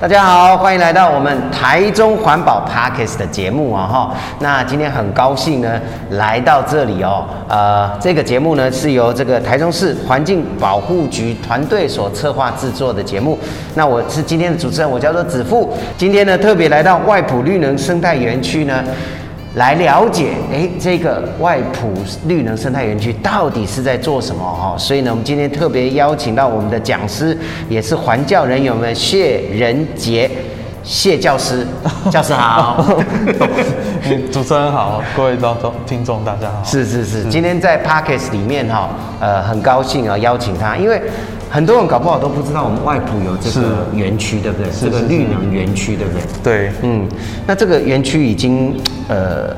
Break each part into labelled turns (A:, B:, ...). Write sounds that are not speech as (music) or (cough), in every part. A: 大家好，欢迎来到我们台中环保 Parkes 的节目啊、哈。那今天很高兴呢，来到这里哦。呃，这个节目呢是由这个台中市环境保护局团队所策划制作的节目。那我是今天的主持人，我叫做子富。今天呢特别来到外埔绿能生态园区呢。来了解，诶，这个外埔绿能生态园区到底是在做什么哦？所以呢，我们今天特别邀请到我们的讲师，也是环教人员们谢仁杰，谢教
B: (laughs)
A: 师，教师好。
B: 嗯主持人好，各位观众听众大家好。
A: 是是是，
B: 嗯
A: 今天在 Parkes 里面哈、呃，很高兴啊、邀请他，因为很多人搞不好都不知道我们外埔有这
B: 是
A: 个园区，对不对？这个
B: 是
A: 绿能园区，对不对？
B: 对，
A: 嗯，那这个园区已经呃，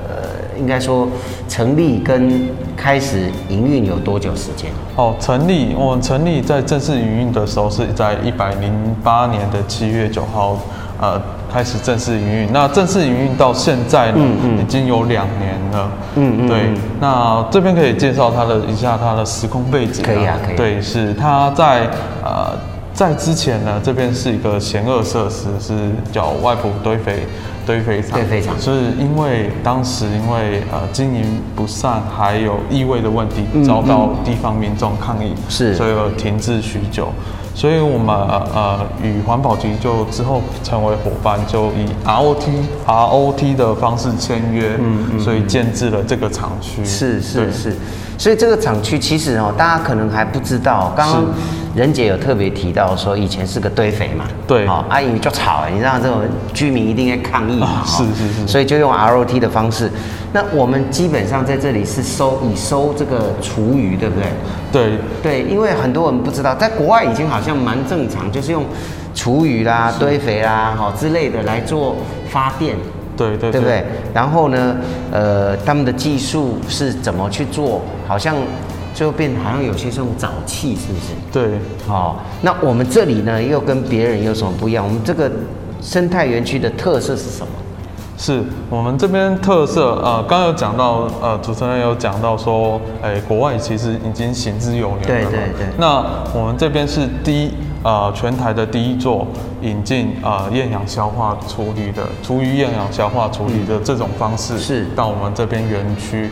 A: 应该说成立跟开始营运有多久时间？
B: 哦，成立我们成立在正式营运的时候是在一百零八年的七月九号，呃，开始正式营运。那正式营运到现在呢，已经有两年了。
A: 嗯嗯
B: 对
A: 嗯。
B: 那这边可以介绍它的一下它的时空背景。
A: 可以啊可以
B: 对，是它在呃。在之前呢，这边是一个险恶设施，是叫外埔堆肥堆肥厂。
A: 堆肥厂
B: 是因为当时因为呃经营不善，还有异味的问题，遭到地方民众抗议，
A: 是
B: 所以而停滞许久。所以我们呃呃与环保局就之后成为伙伴，就以 ROT ROT 的方式签约，所以建制了这个厂区。
A: 嗯是
B: 对
A: 是是，所以这个厂区其实哦，大家可能还不知道，刚刚
B: 是
A: 任姐有特别提到说，以前是个堆肥嘛，
B: 对
A: 哦，阿姨就吵，你知道这种居民一定会抗议嘛，哦
B: 啊是是是
A: 所以就用 ROT 的方式。那我们基本上在这里是收以收这个厨余，对不对？
B: 对
A: 对，因为很多人不知道，在国外已经好像蛮正常，就是用厨余啦、堆肥啦、好之类的来做发电，
B: 对对
A: 对不对？然后呢，呃，他们的技术是怎么去做？好像最后变，好像有些是用沼气，是不是？
B: 对，
A: 好、那我们这里呢，又跟别人有什么不一样？我们这个生态园区的特色是什么？
B: 是我们这边特色，呃，刚刚有讲到，呃，主持人有讲到说，哎、国外其实已经行之有年了嘛。
A: 对对对
B: 那我们这边是第一，呃，全台的第一座引进呃厌氧消化处理的厨余厌氧消化处理的这种方式，
A: 是
B: 到我们这边园区。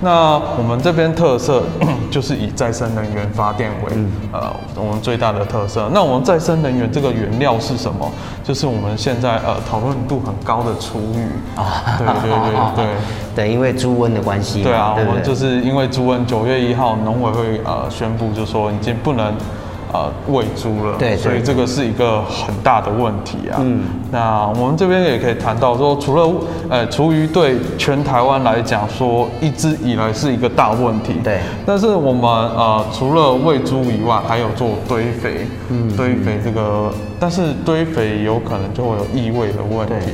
B: 那我们这边特色 (coughs) 就是以再生能源发电为、呃我们最大的特色。那我们再生能源这个原料是什么？就是我们现在呃讨论度很高的厨余。啊，对对对对。
A: 对，因为猪瘟的关系嘛，
B: 对啊，
A: 对不
B: 我们
A: 对
B: 就是因为猪瘟，九月一号农委会呃宣布，就说已经不能呃喂猪了，
A: 对对
B: 所以这个是一个很大的问题啊。嗯，那我们这边也可以谈到说，除了呃厨余对全台湾来讲说一直以来是一个大问题，
A: 对
B: 但是我们呃除了喂猪以外，还有做堆肥，嗯，堆肥这个，但是堆肥有可能就会有异味的问
A: 对
B: 题。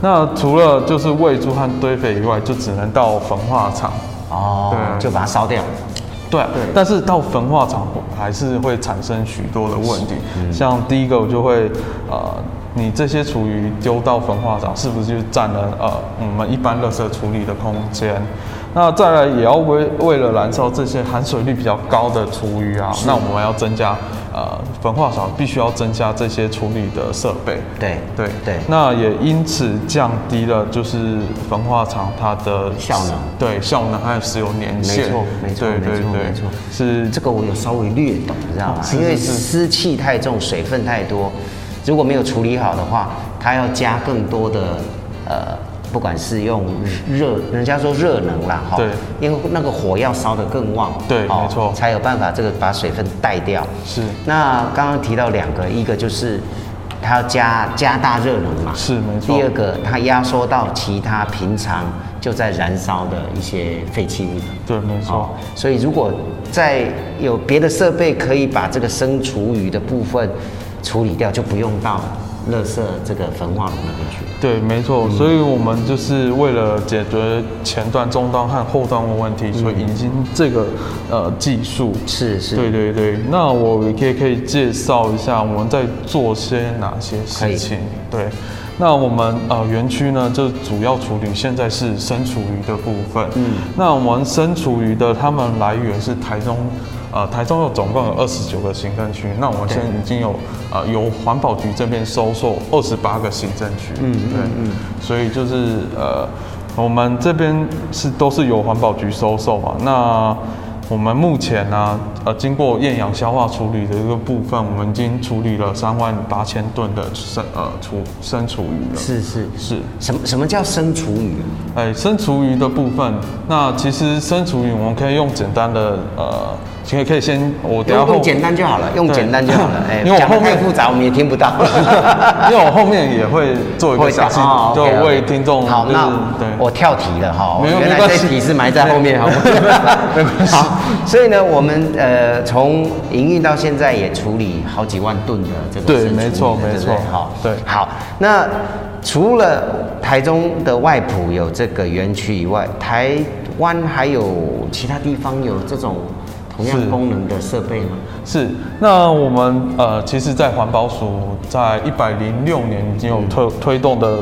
B: 那除了就是喂猪和堆肥以外，就只能到焚化厂。
A: 哦，
B: 对啊
A: 就把它烧掉。
B: 对，但是到焚化厂还是会产生许多的问题，
A: 嗯
B: 像第一个我就会呃，你这些厨余丢到焚化厂，是不是就占了呃我们一般垃圾处理的空间？那再来也要为为了燃烧这些含水率比较高的厨余啊，那我们要增加呃焚化厂必须要增加这些处理的设备。
A: 对
B: 对
A: 对
B: 那也因此降低了就是焚化厂它的
A: 效能，
B: 对效能还有石油年限，
A: 没错没错
B: 对
A: 没错
B: 对对
A: 没错
B: 是
A: 这个我有稍微略懂，你知道吗？
B: 是
A: 因为
B: 是是
A: 湿气太重，水分太多，如果没有处理好的话，它要加更多的呃，不管是用热，人家说热能啦，哈，
B: 嗯对
A: 因为那个火要烧得更旺，
B: 对
A: 哦
B: 没错
A: 才有办法这个把水分带掉。
B: 是
A: 那刚刚提到两个，一个就是它要加加大热能嘛，
B: 是没错
A: 第二个，它压缩到其他平常就在燃烧的一些废弃物。
B: 对，没错。
A: 哦，所以如果再有别的设备可以把这个生厨余的部分处理掉，就不用到垃圾这个焚化炉那边去。
B: 对，没
A: 嗯
B: 错，所以我们就是为了解决前端、中端和后端的问题，所
A: 嗯
B: 以引进这个呃技术。
A: 是是，
B: 对对对，那我也可以可以介绍一下我们在做些哪些
A: 可以
B: 事情。对，那我们呃园区呢，就主要处理现在是生厨余的部分。嗯，那我们生厨余的他们来源是台中。呃，台中有总共有二十九个行政区，那我们现在已经有呃由环保局这边收受二十八个行政区，嗯，对，嗯，所以就是呃我们这边是都是由环保局收受嘛，那。我们目前呢、呃，经过厌氧消化处理的这个部分，我们已经处理了三万八千吨的生呃厨生厨余了。
A: 是是，
B: 是，
A: 什么什么叫生厨余？
B: 哎，生厨余的部分，那其实生厨余我们可以用简单的呃，可以可以先我等一下
A: 用
B: 后
A: 用简单就好了，用
B: 对
A: 简单就好了。哎，
B: 因为我
A: 讲得
B: 后面
A: 太复杂我们也听不 (laughs) 到。
B: (laughs) 因为我后面也会做一个详细，
A: 哦
B: 就
A: OK，OK
B: 为听众
A: 好，
B: 就是
A: 那
B: 对
A: 我跳题了哈，
B: 没有
A: 原来
B: 没关
A: 这
B: 系
A: 题是埋在后面，好吗？
B: (laughs)
A: (laughs)
B: 没关系
A: 好，所以呢，我们呃从营运到现在也处理好几万吨的这个
B: 对
A: 生厨余
B: 没错
A: 了对不对
B: 没错
A: 好，
B: 对
A: 好，那除了台中的外埔有这个园区以外，台湾还有其他地方有这种同样
B: 是
A: 功能的设备吗？
B: 是，那我们呃，其实，在环保署在一百零六年已经有推、推动的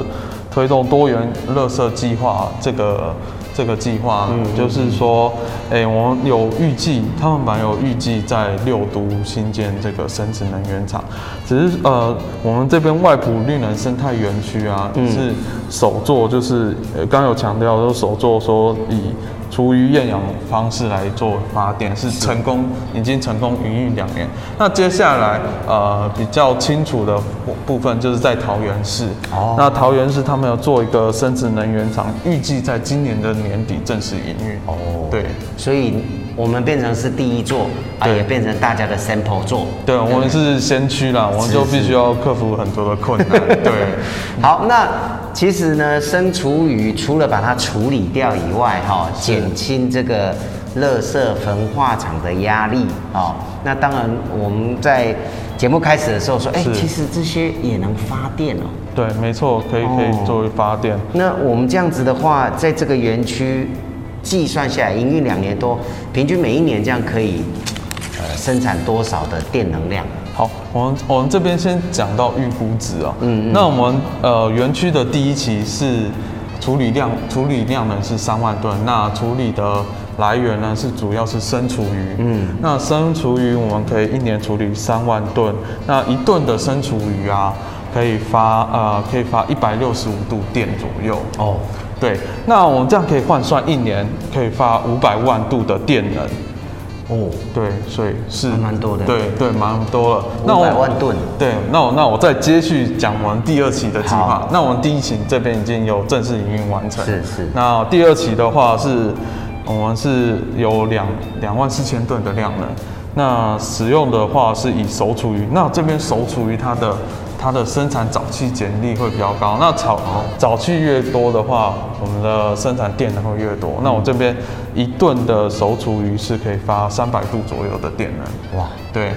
B: 推动多元垃圾计划这个这个计划，就是说，哎、我们有预计，他们本来有预计在六都新建这个生质能源厂，只是呃，我们这边外埔绿能生态园区啊，是首座，就是呃刚有强调，就是首座说以厨余厌氧方式来做发电，是成功已经成功营运两年。那接下来呃比较清楚的部分就是在桃园市，
A: 哦
B: 那桃园市他们有做一个生质能源厂，预计在今年的年底正式营运。哦，对。
A: 所以我们变成是第一座，啊，
B: 对
A: 也变成大家的 sample 座。
B: 对，我们 (laughs) 是先驱啦，我们就必须要克服很多的困 (laughs) 难。对，
A: 嗯好，那其实呢，生厨余除了把它处理掉以外，哈、减轻这个垃圾焚化厂的压力哦。那当然，我们在节目开始的时候说，哎、
B: 是
A: 其实这些也能发电哦。
B: 对，没错，可以可
A: 哦
B: 以作为发电。
A: 那我们这样子的话，在这个园区计算下来，营运两年多，平均每一年这样可以，呃，生产多少的电能量？
B: 好，我们我们这边先讲到预估值啊。嗯那我们呃园区的第一期是处理量处理量呢是三万吨，那处理的来源呢是主要是生厨余。嗯。那生厨余我们可以一年处理三万吨，那一吨的生厨余啊，可以发呃可以发一百六十五度电左右。
A: 哦，
B: 对，那我们这样可以换算一年可以发五百万度的电能。
A: 哦，
B: 对，所以是
A: 还蛮多的
B: 对对，蛮多了。
A: 500万吨
B: 对，那我那我再接续讲我们第二期的计划
A: 好。
B: 那我们第一期这边已经有正式营运完成。
A: 是是
B: 那第二期的话是，我们是有两两万四千吨的量能。那使用的话是以熟厨余，那这边熟厨余它的它的生产早期简历会比较高。那早
A: 哦
B: 早期越多的话，我们的生产电能会越多。那我这边一吨的熟厨余是可以发三百度左右的电能。
A: 哇，
B: 对，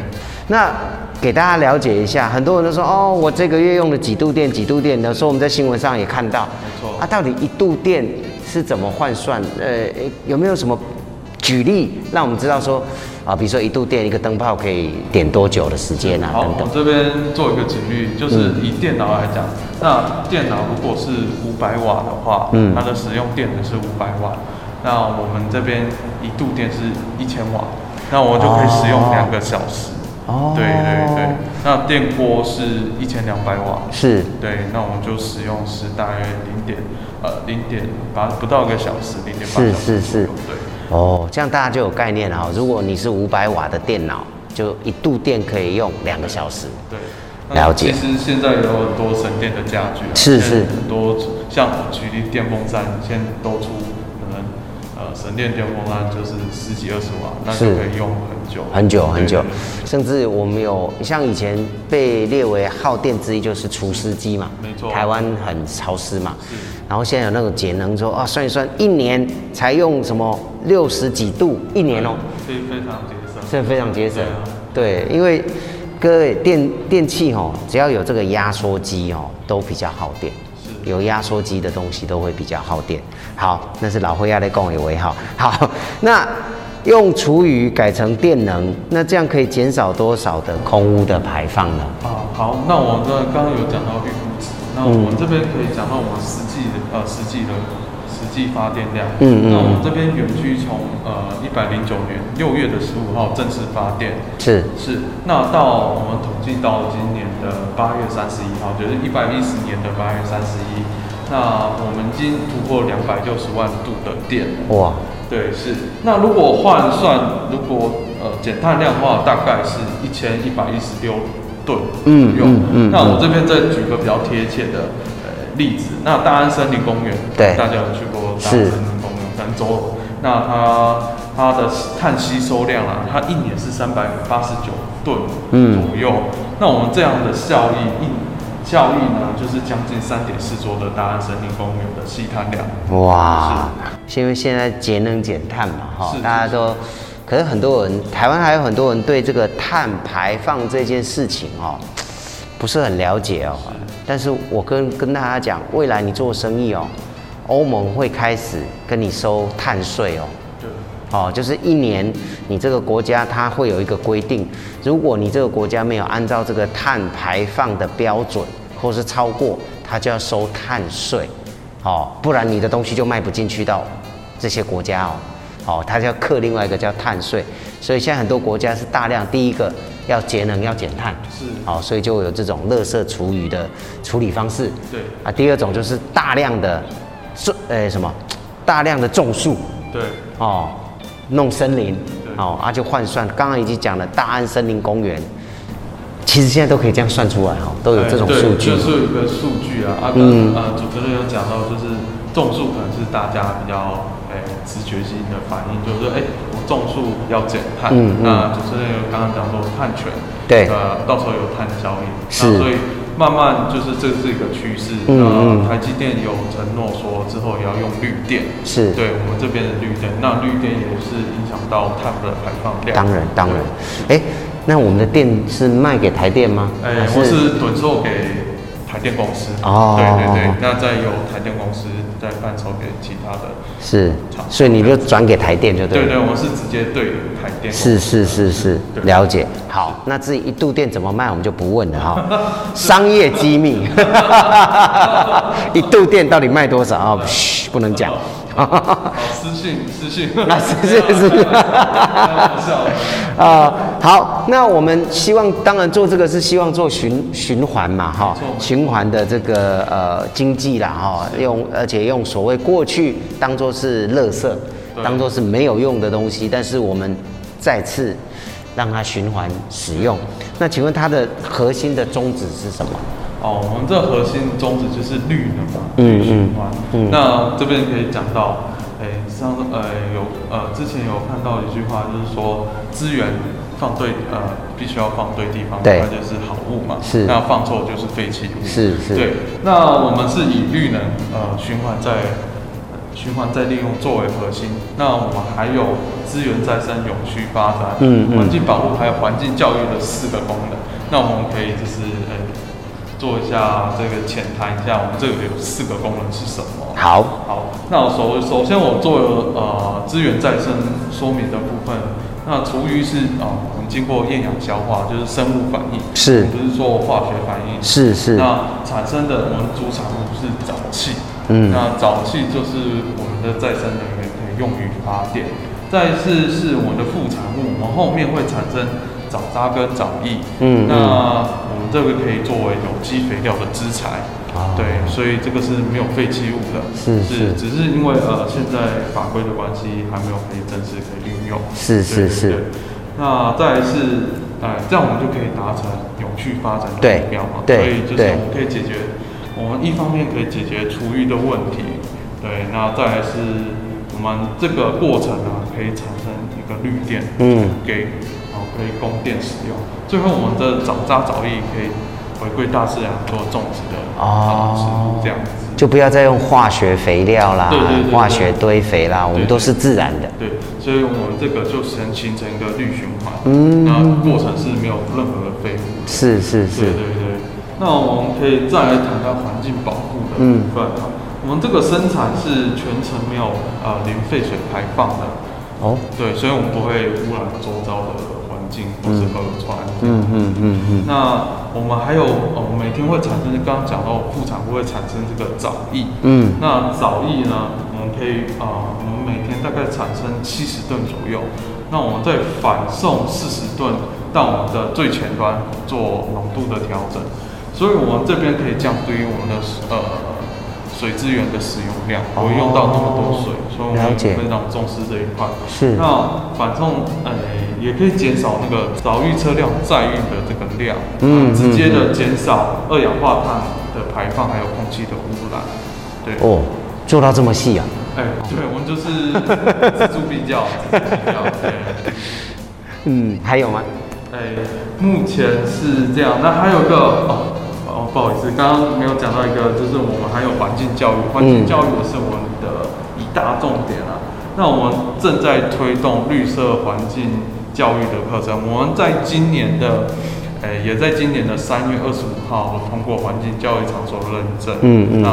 A: 那给大家了解一下，很多人都说哦，我这个月用了几度电，几度电的，说我们在新闻上也看到。
B: 没错
A: 啊，到底一度电是怎么换算？呃，有没有什么举例让我们知道说啊，比如说一度电一个灯泡可以点多久的时间啊，
B: 好，
A: 等嗯
B: 我
A: 等。
B: 这边做一个举例，就是以电脑来讲，那电脑如果是五百瓦的话，
A: 嗯
B: 它的使用电能是五百瓦，那我们这边一度电是一千瓦，那我就可以使用两个小时。
A: 哦
B: 对对对，那电锅是一千两百瓦，
A: 是
B: 对，那我们就使用是大约零点呃零点八不到一个小时，零点八
A: 是
B: 小时
A: 是是
B: 左右对。
A: 哦，这样大家就有概念了哦。如果你是五百瓦的电脑，就一度电可以用两个小时。
B: 对，
A: 了解
B: 其实现在有很多省电的家具、啊，
A: 是是
B: 现在很多像举例电风扇，现在都出可能呃省电电风扇就是十几二十瓦，那就是可以用很久
A: 很久很久
B: 对对对，
A: 甚至我们有像以前被列为耗电之一就是除湿机嘛，
B: 没错
A: 台湾很潮湿嘛，然后现在有那种节能说啊，算一算一年才用什么六十几度一年哦、
B: 非非常节
A: 是
B: 省。
A: 非常节省。对，因为各位电电器哦，只要有这个压缩机哦，都比较耗电。有压缩机的东西都会比较耗电。好，那是老灰鸭的共有为好。 (laughs) 好，那用厨余改成电能，那这样可以减少多少的空污的排放呢？
B: 啊啊，好，那我们这刚刚有讲到预估值，那那
A: 嗯
B: 我们这边可以讲到我们实际的呃实际的实际发电量。
A: 嗯嗯
B: 那我们这边园区从呃一百零九年六月的十五号正式发电。
A: 是
B: 是，那到我们统计到今年的八月三十一号，就是一百一十年的八月三十一，那我们已经突破两百六十万度的电了。
A: 哇，
B: 对，是。那如果换算，如果呃减碳量的话，大概是一千一百一十六吨
A: 嗯
B: 左右
A: 嗯嗯
B: 那我这边再举个比较贴切的呃例子，那大安森林公园，
A: 对
B: 大家有去过大安
A: 是
B: 森林公园南州，那它它的碳吸收量啊，它一年是三百八十九吨
A: 嗯
B: 左右。那我们这样的效益一效益呢，就是将近三点四座的大安森林公园的吸碳量。
A: 哇，是因为现在节能减碳嘛，哈
B: 是，
A: 大家都，可是很多人，台湾还有很多人对这个碳排放这件事情哦，不是很了解哦。但是我跟跟大家讲，未来你做生意哦，欧盟会开始跟你收碳税哦。
B: 对。
A: 哦，就是一年，你这个国家它会有一个规定，如果你这个国家没有按照这个碳排放的标准，或是超过，它就要收碳税，哦，不然你的东西就卖不进去到这些国家哦，哦，它就要课另外一个叫碳税，所以现在很多国家是大量第一个要节能要减碳，
B: 是
A: 哦，所以就有这种垃圾厨余的处理方式，
B: 对
A: 啊，第二种就是大量的种，呃，什么，大量的种树。
B: 对，
A: 哦，弄森林
B: 对，
A: 哦，啊就换算，刚刚已经讲了大安森林公园，其实现在都可以这样算出来哦，都有这种
B: 哎对
A: 数据
B: 就。是有一个数据啊，啊，
A: 嗯
B: 嗯，呃，主持人有讲到，就是种树可能是大家比较，哎、直觉性的反应，就是，哎、我种树要减碳，
A: 嗯嗯
B: 那主持人有刚刚讲说碳权，
A: 对
B: 呃，到时候有碳交易，
A: 是
B: 那所以慢慢就是这是一个趋势，
A: 嗯嗯
B: 那台积电有承诺说之后也要用绿电，
A: 是
B: 对我们这边的绿电，那绿电也是影响到碳的排放量，
A: 当然，当然。哎，那我们的电是卖给台电吗？
B: 哎、
A: 还
B: 我是趸售给台电公司。
A: 哦
B: 对对对，那再由台电公司再贩售给其他的。
A: 是，所以你就转给台电就对
B: 对
A: 了。
B: 对，我是直接对台电公司。
A: 是是是是，
B: 对
A: 了解。好，那至于一度电怎么卖，我们就不问了哈、
B: (laughs)
A: 商业机密， (laughs) 一度电到底卖多少啊？嘘，不能讲。
B: 好，啊私信私信。
A: (laughs) 那是是
B: (laughs)
A: 是
B: 开玩笑的。
A: 啊、好，那我们希望，当然做这个是希望做循循环嘛，哈
B: 没错，
A: 循环的这个呃经济啦，哈，用而且用所谓过去当做是垃圾，
B: 对
A: 当做是没有用的东西，但是我们再次让它循环使用。那请问它的核心的宗旨是什么？
B: 哦，我们这核心宗旨就是绿能嘛，
A: 嗯
B: 绿循环。
A: 嗯嗯
B: 那这边可以讲到，哎、上呃有呃之前有看到一句话，就是说资源放对呃必须要放对地方，
A: 对
B: 它就是好物嘛。
A: 是
B: 那放错就是废弃物。
A: 是是
B: 嗯对，那我们是以绿能呃循环再循环再利用作为核心，那我们还有资源再生、永续发展、
A: 嗯嗯
B: 环境保护还有环境教育的四个功能。那我们可以就是呃做一下这个浅谈一下，我们这个有四个功能是什么？
A: 好，
B: 好，那我首首先我做了呃资源再生说明的部分。那厨余是啊、呃我们经过厌氧消化，就是生物反应，
A: 是
B: 我们不是做化学反应，
A: 是是
B: 那产生的我们主产物是沼气，
A: 嗯
B: 那沼气就是我们的再生能源可以用于发电。再是是我们的副产物，我们后面会产生沼渣跟沼液，
A: 嗯
B: 那我们这个可以作为有机肥料的资材，
A: 哦
B: 对，所以这个是没有废弃物的，
A: 是是
B: 只是因为呃现在法规的关系还没有可以正式可以运用，
A: 是是
B: 对对
A: 是
B: 对那再来是，哎、这样我们就可以达成永续发展的
A: 对
B: 目标嘛。
A: 对
B: 所以就是
A: 对
B: 我们可以解决，我们一方面可以解决厨余的问题，对，那再来是我们这个过程啊，可以产生一个绿电，
A: 嗯，
B: 给哦可以供电使用。最后我们的早渣早液可以回归大自然做种植的
A: 哦
B: 啊植物这样子。
A: 就不要再用化学肥料啦，
B: 对对对对
A: 化学堆肥啦，我们
B: 对
A: 都是自然的。
B: 对，所以我们这个就形形成一个绿循环，嗯，那过程是没有任何的废物的。
A: 是是是
B: 对，对对，那我们可以再来谈到环境保护的部分啊。我们这个生产是全程没有呃零废水排放的，
A: 哦，
B: 对，所以我们不会污染周遭的环境或是河川。嗯
A: 嗯嗯嗯，
B: 那我们还有，呃，我们每天会产生，刚刚讲到副产物会产生这个藻液。
A: 嗯
B: 那藻液呢，我们可以啊、呃我们每天大概产生七十吨左右。那我们再反送四十吨到我们的最前端做浓度的调整，所以我们这边可以降低我们的呃水资源的使用量，不会用到那么多水，所以我
A: 哦了
B: 们
A: 解
B: 非常重视这一块。
A: 是
B: 那反送呃也可以减少那个早运车辆载运的这个量，啊
A: 嗯
B: 直接的减少二氧化碳的排放，还有空气的污染。对，
A: 哦，做到这么细啊？
B: 哎、对，我们就是自助比较， (laughs) 自助比较，对。
A: 嗯，还有吗？
B: 哎，目前是这样。那还有一个哦哦，不好意思，刚刚没有讲到一个，就是我们还有环境教育，环
A: 嗯
B: 境教育是我们的一大重点啊。那我们正在推动绿色环境教育的课程，我们在今年的。哎，也在今年的三月二十五号，我通过环境教育场所认证。
A: 嗯嗯
B: 那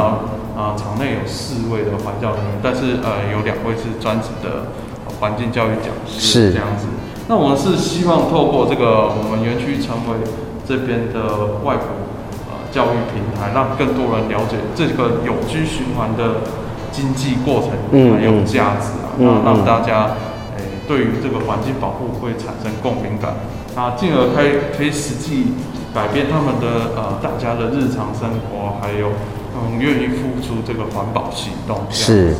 B: 啊、场内有四位的环教人员，但是呃，有两位是专职的呃环境教育讲师。
A: 是
B: 这样子。那我们是希望透过这个我们园区成为这边的外国呃教育平台，让更多人了解这个有机循环的经济过程
A: 嗯
B: 还有价值啊，
A: 嗯
B: 那
A: 嗯
B: 让大家诶、对于这个环境保护会产生共鸣感，啊，进而可以可以实际改变他们的呃大家的日常生活，还有嗯愿意付出这个环保行动这样
A: 是
B: 子。。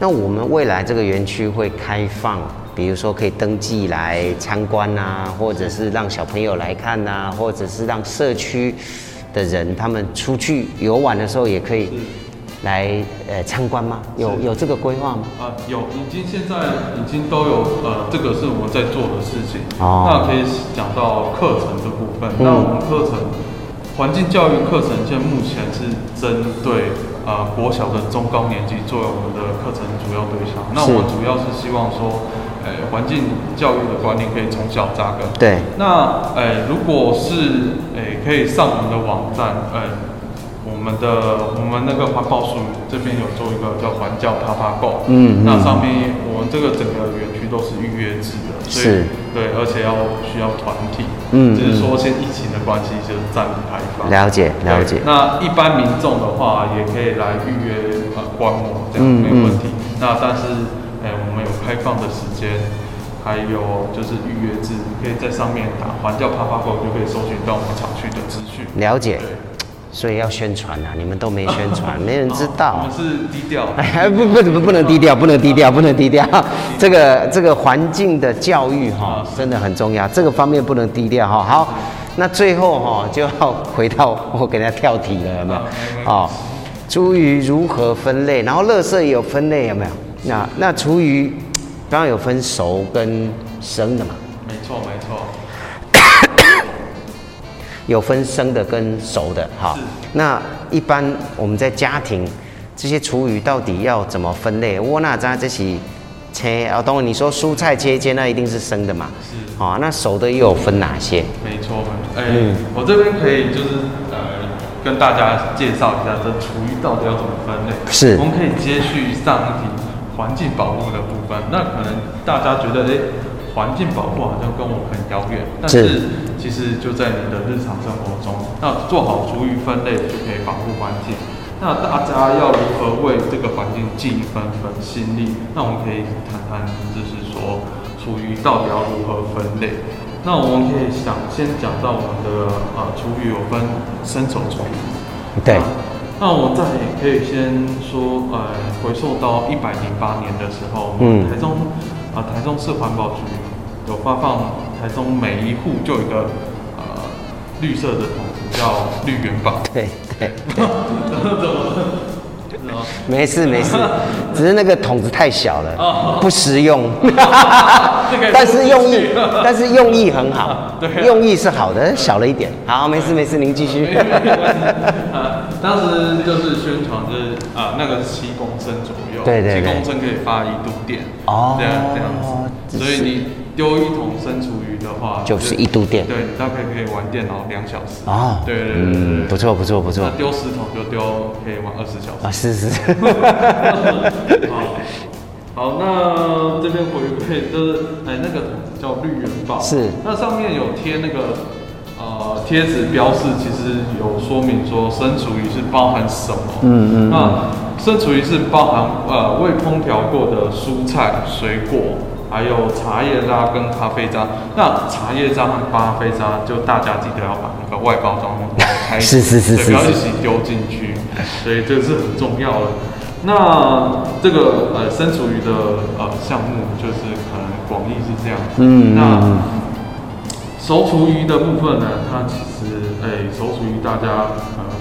A: 那我们未来这个园区会开放，比如说可以登记来参观啊，或者是让小朋友来看啊，或者是让社区的人他们出去游玩的时候也可以来呃参观吗？有有这个规划吗？
B: 啊，有，已经现在已经都有，呃，这个是我们在做的事情。
A: 哦嗯
B: 那可以讲到课程的部分。那我们课程环境教育课程，现在目前是针对呃国小的中高年级作为我们的课程主要对象。那
A: 是
B: 我们主要是希望说，呃，环境教育的观念可以从小扎根。
A: 对，
B: 那呃，如果是呃，可以上我们的网站，呃，我们的我们那个环保署这边有做一个叫环教啪啪购，
A: 嗯嗯
B: 那上面我们这个整个园区都是预约制的，所
A: 是
B: 以对，而且要需要团体，
A: 嗯
B: 只是说现在疫情的关系就是暂不开放，
A: 了解了解
B: 对那一般民众的话也可以来预约呃观摩，这样
A: 嗯
B: 没有问
A: 嗯
B: 题。那但是，哎、我们有开放的时间，还有就是预约制，你可以在上面打“环教啪啪狗”就可以搜寻到我们厂区的资讯。
A: 了解
B: 对。
A: 所以要宣传啊，你们都没宣 (laughs) 传，没人知道啊
B: 啊我。们是低调。
A: 哎，不不不，不能低调，不能低调，不能低调。这个这个环境的教育哈、真的很重要，这个方面不能低调哈、好，那最后哈、就要回到我给大家跳题了，有没有
B: 啊？没关系
A: 哦，厨余如何分类？然后垃圾也有分类，有没有？那那厨余，刚刚有分熟跟生的嘛？
B: 没错，没错。
A: 有分生的跟熟的哈
B: 是。
A: 那一般我们在家庭这些厨余到底要怎么分类？我那在这些切啊，当然你说蔬菜切一切，那一定是生的嘛。
B: 是
A: 哦，那熟的又有分哪些？
B: 没错，哎、我这边可以就是呃跟大家介绍一下这厨余到底要怎么分类。
A: 是
B: 我们可以接续上一题环境保护的部分。那可能大家觉得，哎、环境保护好像跟我们很遥远，但
A: 是
B: 是其实就在你的日常生活中，那做好厨余分类就可以保护环境。那大家要如何为这个环境尽一份分心力？那我们可以谈谈，就是说厨余到底要如何分类？那我们可以想先讲到我们的呃厨余有分生手厨余，
A: 对
B: 那我再也可以先说，呃，回溯到一百零八年的时候，
A: 嗯
B: 嗯，台中啊、台中市环保局有发放台中每一户就有一个呃绿色的桶子，叫绿元宝。
A: (laughs) 对对，
B: (laughs) 怎么了？是吗
A: 没事没事，只是那个桶子太小了
B: 哦，
A: 不实
B: (laughs)
A: 用
B: 这个。
A: 但是用意
B: 也不实用，
A: 但是用意很好，
B: (laughs) 对啊
A: 用意是好的，小了一点。好，没事没事，您继续
B: 没。没关系啊，当时就是宣传，就是啊，那个七公升左右，
A: 对对对
B: 七公升可以发一度电，
A: 哦
B: 这样这样子，
A: 这
B: 所
A: 是
B: 以你丢一桶生厨余的话，
A: 就是一度电
B: 对，你大概可以玩电脑两小时，
A: 哦，
B: 对对对对
A: 嗯，不错不错不错啊
B: 那。丢十桶就丢可以玩二十小时
A: 啊，，是是，
B: (laughs) 好，好，那这边回馈就是，哎、那个叫绿元宝，
A: 是
B: 那上面有贴那个呃贴纸标示，其实有说明说生厨余是包含什么。嗯嗯。那生厨余是包含呃未烹调过的蔬菜、水果，还有茶叶渣跟咖啡渣。那茶叶渣和咖啡渣，就大家记得要把那个外包装开
A: 是是是
B: 对
A: 是
B: 不要
A: 是
B: 一起丢进去，所以这个是很重要的。那这个呃生厨鱼的呃项目就是可能广义是这样，
A: 嗯
B: 那
A: 嗯
B: 熟厨鱼的部分呢，它其实诶、熟厨鱼大家呃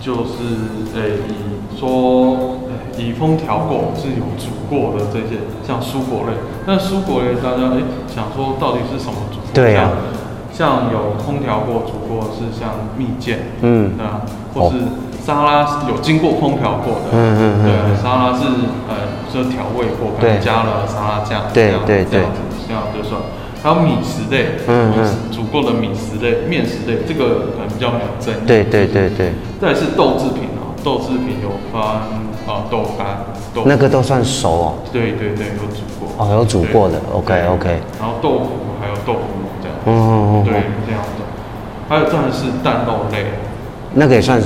B: 就是诶、以说诶以烹调过是有煮过的这些像蔬果类，那蔬果类大家诶、哎想说到底是什么煮过？
A: 对啊
B: 像，像有烹调过煮过是像蜜饯，
A: 嗯
B: 那或是沙拉是有经过烹调过的，
A: 嗯嗯嗯
B: 对，啊沙拉是呃就调味过，可
A: 对
B: 能加了沙拉酱，
A: 对
B: 这样
A: 对对
B: 这样子这样就算。还有米食类，
A: 嗯
B: 米食煮过的米食类、面食类，这个可能比较没有争
A: (laughs)
B: 议。
A: 对对对对，
B: 再来是豆制品哦，豆制品有分啊豆干、豆
A: 那个都算熟哦。
B: 对对对，有煮过。
A: 哦有煮过的
B: 对
A: OK，OK
B: 对然后豆腐还有豆腐乳这样。
A: 嗯嗯嗯嗯
B: 对，这样的。还有再来是蛋肉类，
A: 那个也算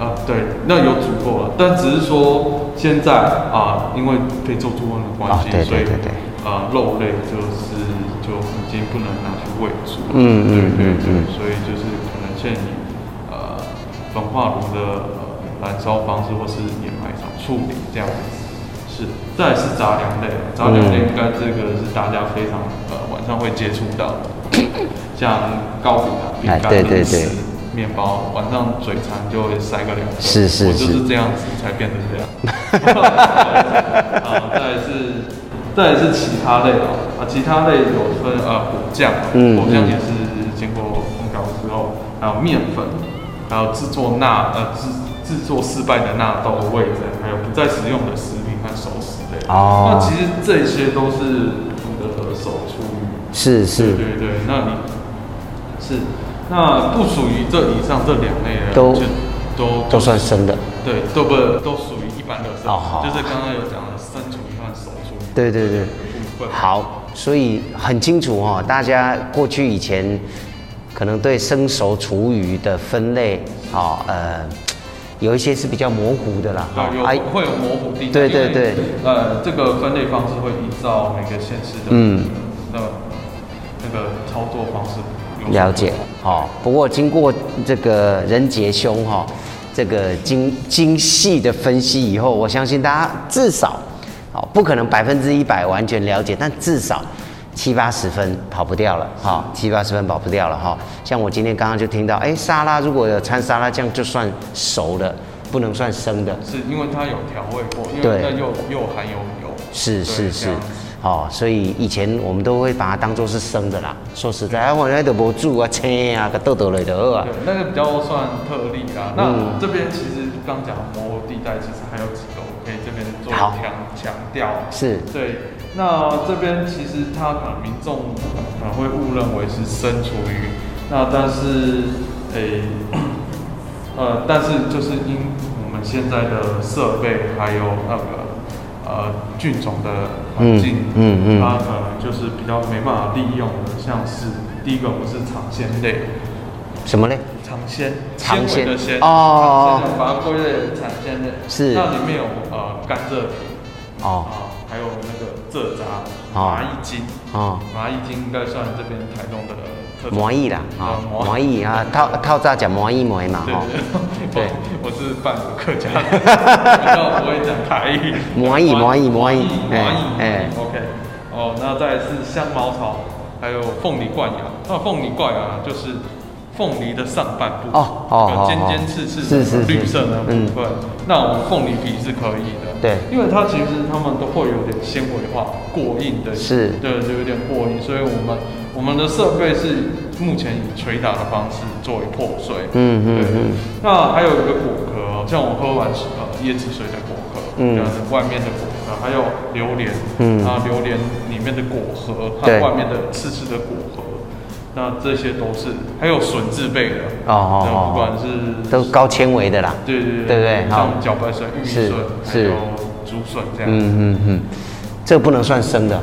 B: 啊，对，那有煮过了，但只是说现在啊，因为非洲猪瘟的关系，
A: 啊对对
B: 所以
A: 对对
B: 啊，肉类就是就已经不能拿去喂猪了，
A: 嗯嗯
B: 对对
A: 嗯嗯
B: 对，所以就是可能现在以呃焚化炉的呃燃烧方式或是掩埋场处理这样子，是，再来是杂粮类，杂粮
A: 嗯
B: 类应该这个是大家非常呃晚上会接触到的，
A: (coughs)
B: 像糕饼啊、饼
A: 哎
B: 干、
A: 对对
B: 零食
A: 对
B: 面包，晚上嘴馋就会塞个两个。
A: 是是
B: 我就是是这样子才变成
A: (laughs)
B: 这样。啊，再来是再来是其他类哦，啊，其他类有分呃果酱，
A: 嗯
B: 果酱也是经过烘调之后，还有面粉，还有制作纳呃制制作失败的纳豆味增，还有不再使用的食品和熟食类。
A: 哦
B: 那其实这些都是你的手厨余
A: 是是
B: 对对对，那你是那不属于这以上这两类的，
A: 都
B: 就都
A: 都算生的。
B: 对，都不都属于一般的生，
A: 哦好
B: 就是刚刚有讲的生处理和手处理
A: 对对对，
B: 部分。
A: 好，所以很清楚哦，大家过去以前可能对生熟厨余的分类，哦，呃，有一些是比较模糊的啦，
B: 对，有
A: 哎
B: 会有模糊地带，
A: 对对
B: 因为
A: 对
B: 呃，这个分类方式会依照每个县市的
A: 嗯
B: 那那个操作方式有所不同
A: 了解，哦。不过经过这个任杰兄哈、这个精精细的分析以后，我相信大家至少，哦，不可能百分之一百完全了解，但至少七八十分跑不掉了哈、七八十分跑不掉了哈、像我今天刚刚就听到，哎，沙拉如果有掺沙拉酱就算熟的，不能算生的。
B: 是因为它有调味过，因
A: 对
B: 为那又又含有油，
A: 是
B: 对
A: 是是
B: 这样子，
A: 哦，所以以前我们都会把它当做是生的啦。说实在，啊，我那都无煮啊、青啊、个豆豆类的啊
B: 对。，那个比较算特例啦。
A: 嗯
B: 那这边其实刚讲模糊地带，其实还有几个我可以这边做
A: 好
B: 强强调。
A: 是
B: 对，那这边其实它可能民众可能会误认为是生厨余，那但是诶、 (clears throat) 呃，但是就是因我们现在的设备还有那个呃菌种的环境，
A: 嗯嗯嗯
B: 它可能就是比较没办法利用的，像是第一个我们是尝鲜类，
A: 什么嘞？
B: 尝鲜，
A: 尝鲜
B: 纤维的鲜
A: 哦
B: 尝鲜的把它归类尝鲜的，
A: 是
B: 那里面有呃甘蔗皮
A: 哦
B: 啊，还有那个蔗渣、
A: 哦
B: 麻蚁精，
A: 哦，
B: 麻蚁精应该算这边台东的特产
A: 麻蚁啦，啊，
B: 呃
A: 麻蚁啊，套套炸讲麻蚁麻 (laughs) 嘛，哦
B: 对
A: 吼，对
B: 对对，我我是半个客家
A: (laughs)
B: 人，比较不会讲台语。
A: 蚂蚁蚂
B: (laughs)
A: 蚁蚂蚁
B: 蚂蚁，
A: 哎哎
B: 哎，OK，哦，那再来是香茅草，还有凤梨冠芽。那凤梨冠芽就是凤梨的上半部，
A: 哦哦哦
B: 尖尖刺刺
A: 是是
B: 的
A: 是嗯
B: 绿色的部分。那我们凤梨皮是可以的，
A: 对
B: 因为它其实它们都会有点纤维化、过硬的，
A: 是
B: 对，就有点过硬，所以我们我们的设备是目前以捶打的方式作为破碎，
A: 嗯嗯
B: 对
A: 嗯
B: 那还有一个果壳哦，像我喝完呃椰子水的果壳，
A: 嗯
B: 这样子外面的果壳，还有榴莲，
A: 嗯
B: 啊榴莲里面的果核和
A: 对
B: 外面的刺刺的果核，那这些都是，还有笋制备的，
A: 哦哦
B: 那
A: 哦
B: 不管是
A: 都高纤维的啦。
B: 对对
A: 对不对好
B: 像茭白笋、玉米
A: 是
B: 笋，还
A: 是
B: 有竹笋这样，
A: 嗯嗯嗯，这个不能算生的。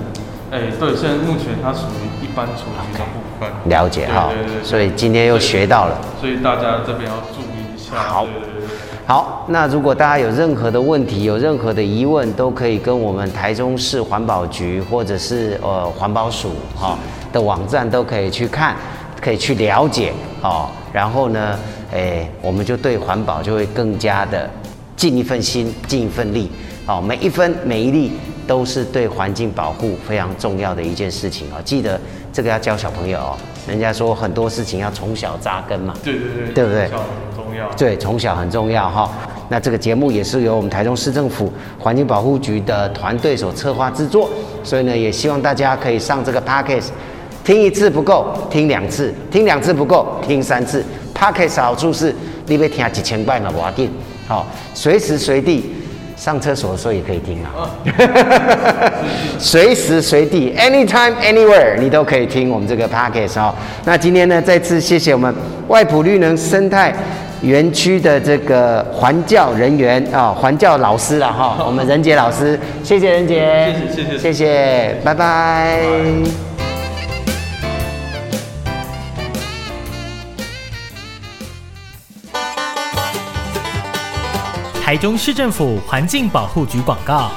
B: 哎、对，现在目前它属于一般雏菊的部分。
A: 了解哈
B: 对对对，对
A: 所以今天又学到了。
B: 所以大家这边要注意一下。
A: 好
B: 对对对对
A: 好，那如果大家有任何的问题、有任何的疑问，都可以跟我们台中市环保局或者是呃环保署哈、的网站都可以去看，可以去了解哦。然后呢，诶，我们就对环保就会更加的尽一份心、尽一份力哦，每一分每一粒都是对环境保护非常重要的一件事情哦。记得这个要教小朋友哦，人家说很多事情要从小扎根嘛。
B: 对对对，
A: 对不对
B: 小很重要。
A: 对，从小很重要哈。那这个节目也是由我们台中市政府环境保护局的团队所策划制作，所以呢，也希望大家可以上这个 podcast，听一次不够，听两次；听两次不够，听三次。podcast 好处是，你被听几千遍了，我定，好，随时随地上厕所的时候也可以听啊。随时随地，anytime anywhere，你都可以听我们这个 podcast 哦。那今天呢，再次谢谢我们外埔绿能生态园区的这个环教人员啊、环教老师了哈、我们任杰老师，谢谢任杰，
B: 谢谢谢谢
A: 谢谢，拜拜。
C: 台中市政府环境保护局广告。